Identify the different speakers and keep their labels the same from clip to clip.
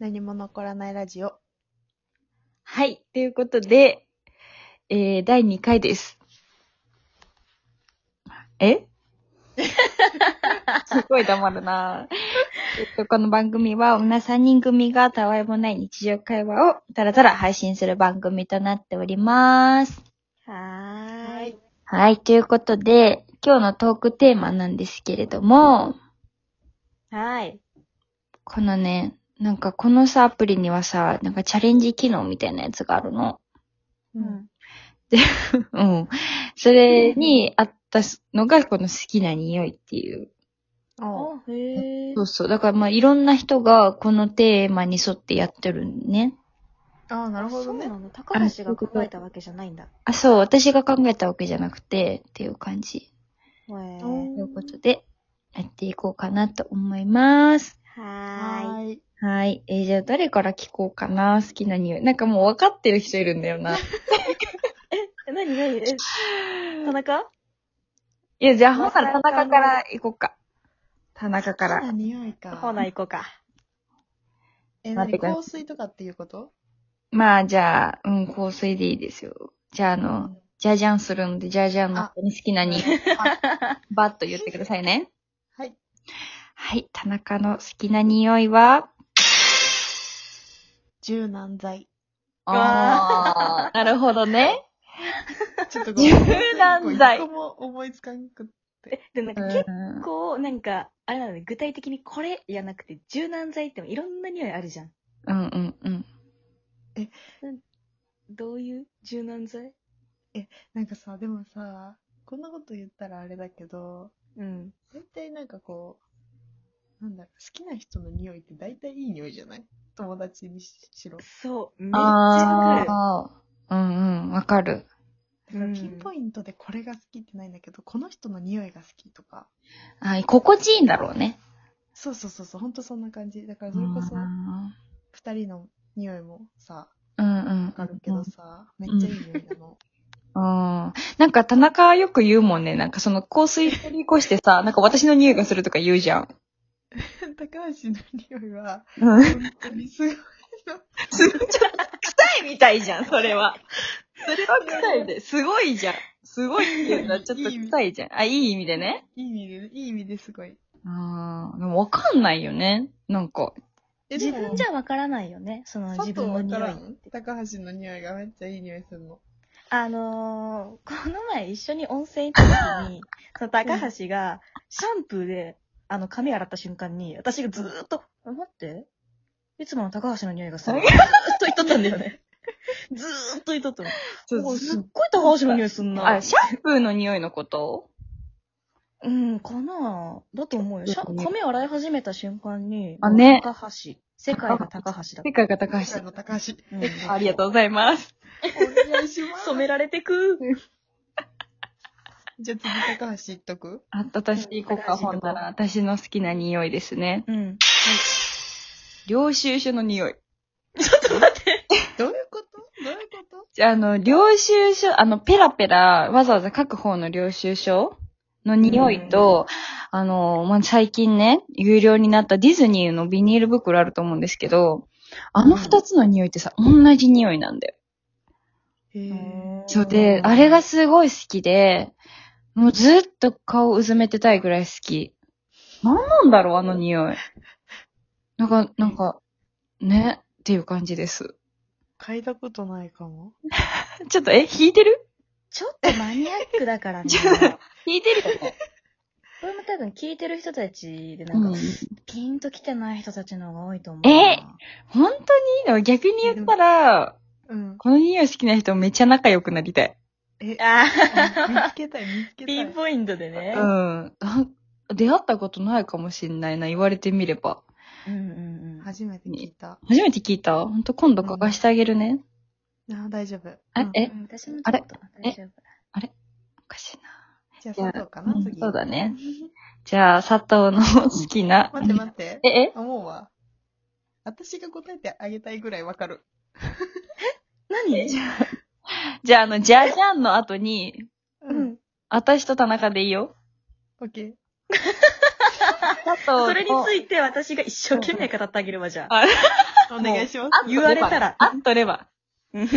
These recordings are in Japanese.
Speaker 1: 何も残らないラジオ。
Speaker 2: はい。ということで、えー、第2回です。えすごい黙るなぁえっと、この番組は、女3人組がたわいもない日常会話をたらたら配信する番組となっております。
Speaker 1: はーい。
Speaker 2: はい。ということで、今日のトークテーマなんですけれども、
Speaker 1: はい。
Speaker 2: このね、なんかこのさ、アプリにはさ、なんかチャレンジ機能みたいなやつがあるの。
Speaker 1: うん。
Speaker 2: うん。それにあったのが、この好きな匂いっていう。
Speaker 1: おうへ
Speaker 2: そうそう。だからまあ、いろんな人がこのテーマに沿ってやってるね。
Speaker 1: ああ、な
Speaker 3: な
Speaker 1: るほど
Speaker 3: そう
Speaker 1: ね。
Speaker 3: なの高橋が考えたわけじゃないんだ。
Speaker 2: あ、そう。私が考えたわけじゃなくて、っていう感じ。
Speaker 3: へー
Speaker 1: お
Speaker 2: ということで、やっていこうかなと思います。
Speaker 3: はーい。
Speaker 1: ーい。
Speaker 2: はい。えーじゃあ誰から聞こうかな好きな匂い。なんかもう分かってる人いるんだよな。い
Speaker 3: え、なになにえ、田中
Speaker 2: や、じゃあ、ほな田中から行こうか。田中か
Speaker 1: 好き
Speaker 2: ら。
Speaker 1: な匂いか。
Speaker 3: ほな、行こうか。
Speaker 1: え、
Speaker 2: 待っ
Speaker 1: 何
Speaker 2: てください
Speaker 1: 香水とかっていうこと
Speaker 2: まあ、じゃあ、うん、香水でいいですよ。じゃあ、あの、じゃじゃんするので、じゃじゃんの子に好きなに、バッと言ってくださいね。
Speaker 1: はい。
Speaker 2: はい、田中の好きな匂いは
Speaker 1: 柔軟剤。
Speaker 2: ああ、なるほどね。
Speaker 1: ちょっとごめんなさい
Speaker 2: 柔軟剤
Speaker 1: これ一個も思いつかんくて。
Speaker 3: え、でもなんか結構、なんか、あれなのね、具体的にこれじゃなくて、柔軟剤ってもいろんな匂いあるじゃん。
Speaker 2: うんうんうん。
Speaker 3: どういう柔軟剤
Speaker 1: なんかさ、でもさ、こんなこと言ったらあれだけど、
Speaker 3: うん。
Speaker 1: 大体なんかこう、なんだろう、好きな人の匂いって大体いい匂いじゃない友達にししろ。
Speaker 3: そう、めっちゃわか
Speaker 2: ああ、うんうん、わかる。
Speaker 1: だから
Speaker 3: うん
Speaker 1: ピンポイントでこれが好きってないんだけど、この人の匂いが好きとか。
Speaker 2: あ心地いいんだろうね。
Speaker 1: そうそうそうそう、ほんとそんな感じ。だから
Speaker 2: う
Speaker 1: それ
Speaker 2: んう
Speaker 1: こ
Speaker 2: ん
Speaker 1: そ、二人の匂いもさ、
Speaker 2: うん。わ
Speaker 1: わかるけどさ、めっちゃいい匂いなの。
Speaker 2: うん。なんか田中はよく言うもんね。なんかその香水取り越してさ、なんか私の匂いがするとか言うじゃん。
Speaker 1: 高橋の匂いは、
Speaker 2: うん。
Speaker 1: 本当にすごいの。
Speaker 2: ちょっと臭いみたいじゃん、それは。それは臭いで。すごいじゃん。すごいっていうのはちょっと臭いじゃん。あ、いい意味でね。
Speaker 1: いい意味でね、いい意味ですごい。
Speaker 2: あーでもわかんないよね。なんか。
Speaker 1: え
Speaker 3: る。自分じゃわからないよね、その
Speaker 1: 佐
Speaker 3: 自
Speaker 1: 藤
Speaker 3: 分の
Speaker 1: わか
Speaker 3: 匂
Speaker 1: ら
Speaker 3: い。
Speaker 1: ん高橋の匂いがめっちゃいい匂いするの。
Speaker 3: あのー、この前一緒に温泉行った 時に、その高橋がシャンプーで、あの、髪洗った瞬間に、私がずーっと、あ待って、いつもの高橋の匂いが する。ずーっと言っとったんだよね。ずーっと言っとったの。おいすっごい高橋の匂いすんな
Speaker 2: あ、。シャンプーの匂いのこと
Speaker 3: うん、かなぁだと思うよ。シャ髪洗い始めた瞬間に、
Speaker 2: あね
Speaker 3: 高橋。世界が高橋だ。
Speaker 2: 世界が高橋
Speaker 1: 今回
Speaker 2: さん。
Speaker 1: の高橋。
Speaker 3: うん
Speaker 2: ありがとうございます。
Speaker 1: お願いします。
Speaker 3: 染められてく。
Speaker 1: じゃあ次高橋言っとく
Speaker 2: あ、私行こうか、ほんなら。私の好きな匂いですね。
Speaker 3: うん。
Speaker 2: 領収書の匂い。
Speaker 1: どういうことどういうこ
Speaker 2: じゃあ、あの、領収書、あの、ペラペラ、わざわざ書く方の領収書の匂いと、あの、まあ、最近ね、有料になったディズニーのビニール袋あると思うんですけど、あの二つの匂いってさ、同じ匂いなんだよ。
Speaker 1: とへ
Speaker 2: そうで、あれがすごい好きで、もうずっと顔うずめてたいぐらい好き。なんなんだろう、あの匂い。なんか、なんか、ね、っていう感じです。
Speaker 1: 嗅いだことないかも。
Speaker 2: ちょっと、え、弾いてる
Speaker 3: ちょっとマニアックだ からね。
Speaker 2: 弾いてるよね。
Speaker 3: これも多分聞いてる人たちで、な
Speaker 2: うんん
Speaker 3: か、ピンと来てない人たちの方が多いと思う。
Speaker 2: え本当にでも逆に言ったら、
Speaker 1: うん。
Speaker 2: この匂い好きな人めっちゃ仲良くなりたい。
Speaker 1: え、あ
Speaker 3: あ
Speaker 1: 見
Speaker 3: あ
Speaker 1: つけたい、見つけた
Speaker 3: ピン
Speaker 1: い。
Speaker 3: ポイントでね
Speaker 2: う。ん。あ出会ったことないかもしんないな、言われてみれば。
Speaker 3: うんうんうん。
Speaker 1: 初めて聞いた。
Speaker 2: 初めて聞いたほんと今度書かしてあげるね。
Speaker 1: あ、大丈夫。
Speaker 2: あ
Speaker 1: うん
Speaker 2: え
Speaker 3: 私もちょっと
Speaker 2: あれ
Speaker 3: 大丈夫
Speaker 2: おかしい
Speaker 1: じゃあ佐藤か
Speaker 2: な
Speaker 1: な、
Speaker 2: うん。
Speaker 1: 次。
Speaker 2: そうだね。じゃあ、佐藤の好きな。
Speaker 1: 待って待って。
Speaker 2: え、え
Speaker 1: 思うわ。私が答えてあげたいぐらいわかる。
Speaker 3: 何
Speaker 2: じゃあ、あの、じゃじゃんの後に、
Speaker 1: う
Speaker 3: うん。。
Speaker 2: 私と田中でいいよ。
Speaker 1: オッケー。
Speaker 2: 佐藤
Speaker 3: それにつ
Speaker 2: いて。
Speaker 3: いて私が一生懸命語ってあげるわ、じゃあ。
Speaker 2: あ
Speaker 1: お願いします。
Speaker 3: 言われたら。
Speaker 2: あっとれば。
Speaker 3: うん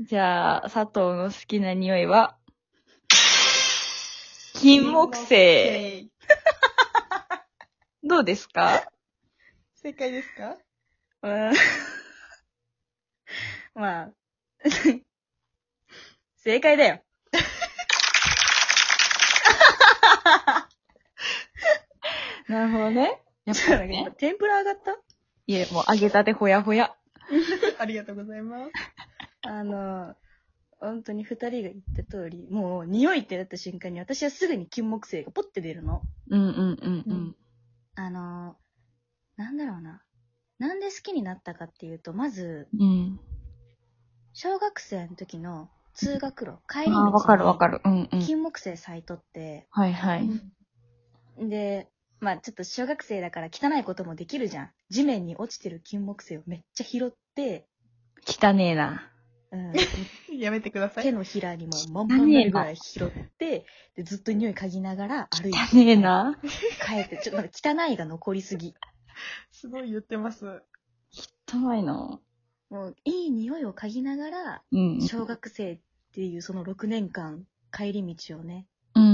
Speaker 2: じゃあ、佐藤の好きな匂いは、金木犀。どうですか
Speaker 1: 正解ですか
Speaker 3: うん まあ、正解だよ。
Speaker 2: なるほ どね。やっぱりね。
Speaker 3: 天ぷら上がった
Speaker 2: いえ、もう揚げたてほやほや。
Speaker 1: ありがとうございます。
Speaker 3: あの、本当に二人が言った通り、もう匂いってなった瞬間に私はすぐに金木犀がポッて出るの。
Speaker 2: うんうんうんうん。
Speaker 3: あの、なんだろうな。なんで好きになったかっていうと、まず、
Speaker 2: うん。
Speaker 3: 小学生の時の通学路、帰り道
Speaker 2: ああ、わかるわか
Speaker 3: る。
Speaker 2: る。うんうん。
Speaker 3: 金木犀咲いとって、
Speaker 2: はいはい。
Speaker 3: で、まあちょっと小学生だから汚いこともできるじゃん。地面に落ちてる金木犀をめっちゃ拾って、
Speaker 2: 汚ねえな。
Speaker 3: うん、
Speaker 1: やめてくださ
Speaker 3: 手
Speaker 1: い。
Speaker 3: のひらにも満々になるぐらい拾って、でずっと匂い嗅ぎながら歩いて
Speaker 2: 汚ねえな。
Speaker 3: 帰って、ちょっとなんか汚いが残りすぎ。
Speaker 1: すごい言ってます。
Speaker 2: 汚いな。
Speaker 3: もういい匂いを嗅ぎながら、
Speaker 2: うん。
Speaker 3: 小学生っていうその6年間帰り道をね、
Speaker 2: うんう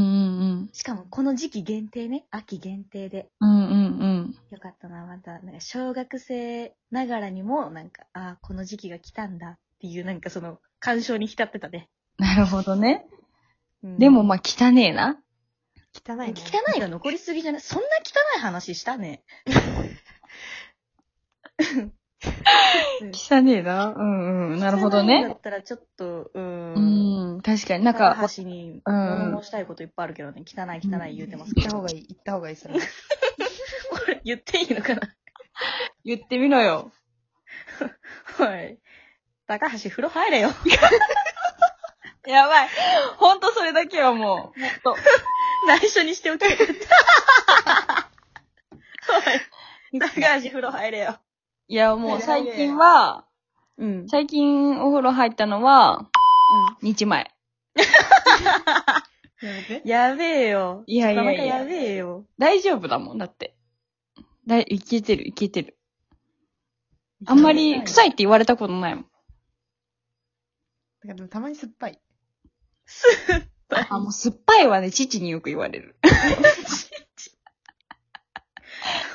Speaker 2: ん
Speaker 3: しかもこの時期限定ね、秋限定で、
Speaker 2: うん。うんうんうん。
Speaker 3: よかったな、また、なんか小学生ながらにも、なんか、ああ、この時期が来たんだっていう、なんかその、感傷に浸ってたね。
Speaker 2: なるほどね。
Speaker 3: うん
Speaker 2: でも、まあ、汚ねえな。
Speaker 1: 汚
Speaker 3: 汚
Speaker 1: い、ね。
Speaker 3: いが残りすぎじゃないそんな汚い話したね。
Speaker 2: 汚ねえな。うんうん。なるほど
Speaker 3: 汚いんだ
Speaker 2: ね。
Speaker 3: ったらちょっと、うー。
Speaker 2: うんん。確かに
Speaker 3: な
Speaker 2: なんん
Speaker 3: か、
Speaker 2: か、
Speaker 3: 橋に
Speaker 2: うん
Speaker 3: 物申したいこといっぱいあるけどね、汚い汚い言うてます
Speaker 1: 行
Speaker 3: け
Speaker 1: った
Speaker 3: ど。
Speaker 1: 方がいい。行った方がい い、それは。
Speaker 3: これ言っていいのかな
Speaker 2: 言ってみろよ。
Speaker 3: はい。高橋風呂入れよ。
Speaker 2: やばい。ほんとそれだけはもう、ほんと。
Speaker 3: 内緒にしておけ。はい。高橋風呂入れよ。
Speaker 2: いや、もう最近は、
Speaker 3: うん。
Speaker 2: 最近お風呂入ったのは、日前。
Speaker 1: やめて。
Speaker 3: やべえよ。
Speaker 2: いやいやい
Speaker 3: な
Speaker 2: や
Speaker 3: かなかやべえよ。
Speaker 2: 大丈夫だもん、だって。だい、いけてる、いけてる。あんまり臭いって言われたことないもん。
Speaker 1: だからでもたまに酸っぱい。
Speaker 2: あ、もう酸っぱいはね、父によく言われる。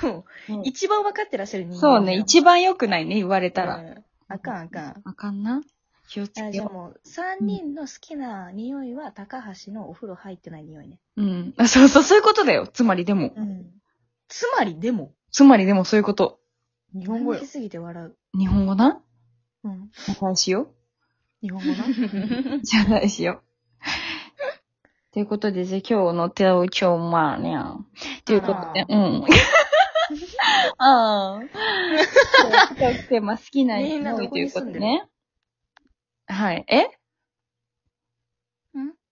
Speaker 3: もう
Speaker 2: うん
Speaker 3: 一番分かってらっしゃる人間だ
Speaker 2: そ
Speaker 3: よ。
Speaker 2: うね、一番良くないね、言われた
Speaker 3: う
Speaker 2: ら。
Speaker 3: んあかんあかん。
Speaker 2: あかんな。気をつ
Speaker 3: あ
Speaker 2: け
Speaker 3: じゃあ
Speaker 2: よ
Speaker 3: もう、三人の好きな匂いは、高橋のお風呂入ってない匂いね。
Speaker 2: う。うん。あそうそう、そういうことだよ。つまりでも。
Speaker 1: うん。
Speaker 3: つまり、でも、
Speaker 2: つまりでもそういうこと。
Speaker 1: 日本語よ
Speaker 3: き。すぎて笑う。
Speaker 2: 日本語な
Speaker 1: うん。
Speaker 2: お返しよ。
Speaker 1: 日本語な。
Speaker 2: じゃないしよ。ということで、じゃあ今日の手を今日まあね。ということで、うん。ああ。そうそう、まあ好きな
Speaker 3: みんな
Speaker 2: 匂いというこ
Speaker 3: ど
Speaker 2: と
Speaker 3: こに住んでる
Speaker 2: ね。はい。え
Speaker 3: ん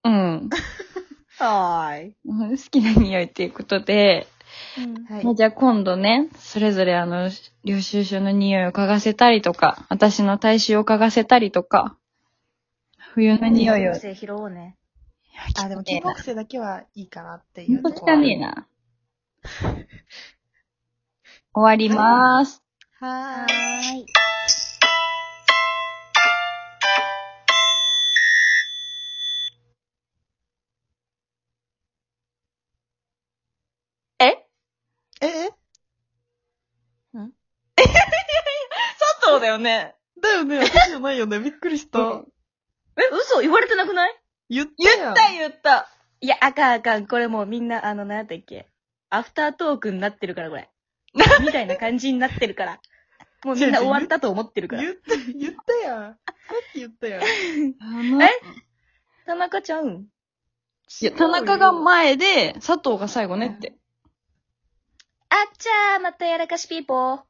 Speaker 2: うん。
Speaker 3: はーい。
Speaker 2: うん好きな匂いっていうことで、
Speaker 1: は
Speaker 2: まあ
Speaker 1: い。
Speaker 2: じゃあ今度ね、それぞれあの、領収書の匂いを嗅がせたりとか、私の体臭を嗅がせたりとか、冬の匂いを。
Speaker 3: 性拾おうね。
Speaker 1: あ、でも、金木犀だけはいいかなっていう
Speaker 2: ほん
Speaker 1: と
Speaker 2: と
Speaker 1: こ
Speaker 2: 汚ねえな。終わりまーす。
Speaker 1: は
Speaker 3: は
Speaker 1: ー
Speaker 3: ー
Speaker 1: い。
Speaker 3: い。
Speaker 2: え
Speaker 1: ええ
Speaker 2: 佐藤だよね。
Speaker 1: だよね、私じゃないよ ね。びっくりした。
Speaker 3: え、嘘言われてなくない
Speaker 1: 言った
Speaker 2: 言
Speaker 1: やん。
Speaker 2: った言った。
Speaker 3: いや、あかんあかん。これもうみんな、あの、なんだっけ。アフタートークになってるから、こ れ。みたいな感じになってるから。もうみんな終わったと思ってるから。
Speaker 1: 言った、言ったやん。さっき言ったやん。
Speaker 2: え
Speaker 3: 田中ちゃうん
Speaker 2: いや、田中が前で、佐藤が最後ねって。
Speaker 3: あっちゃー、またやらかしピーポー。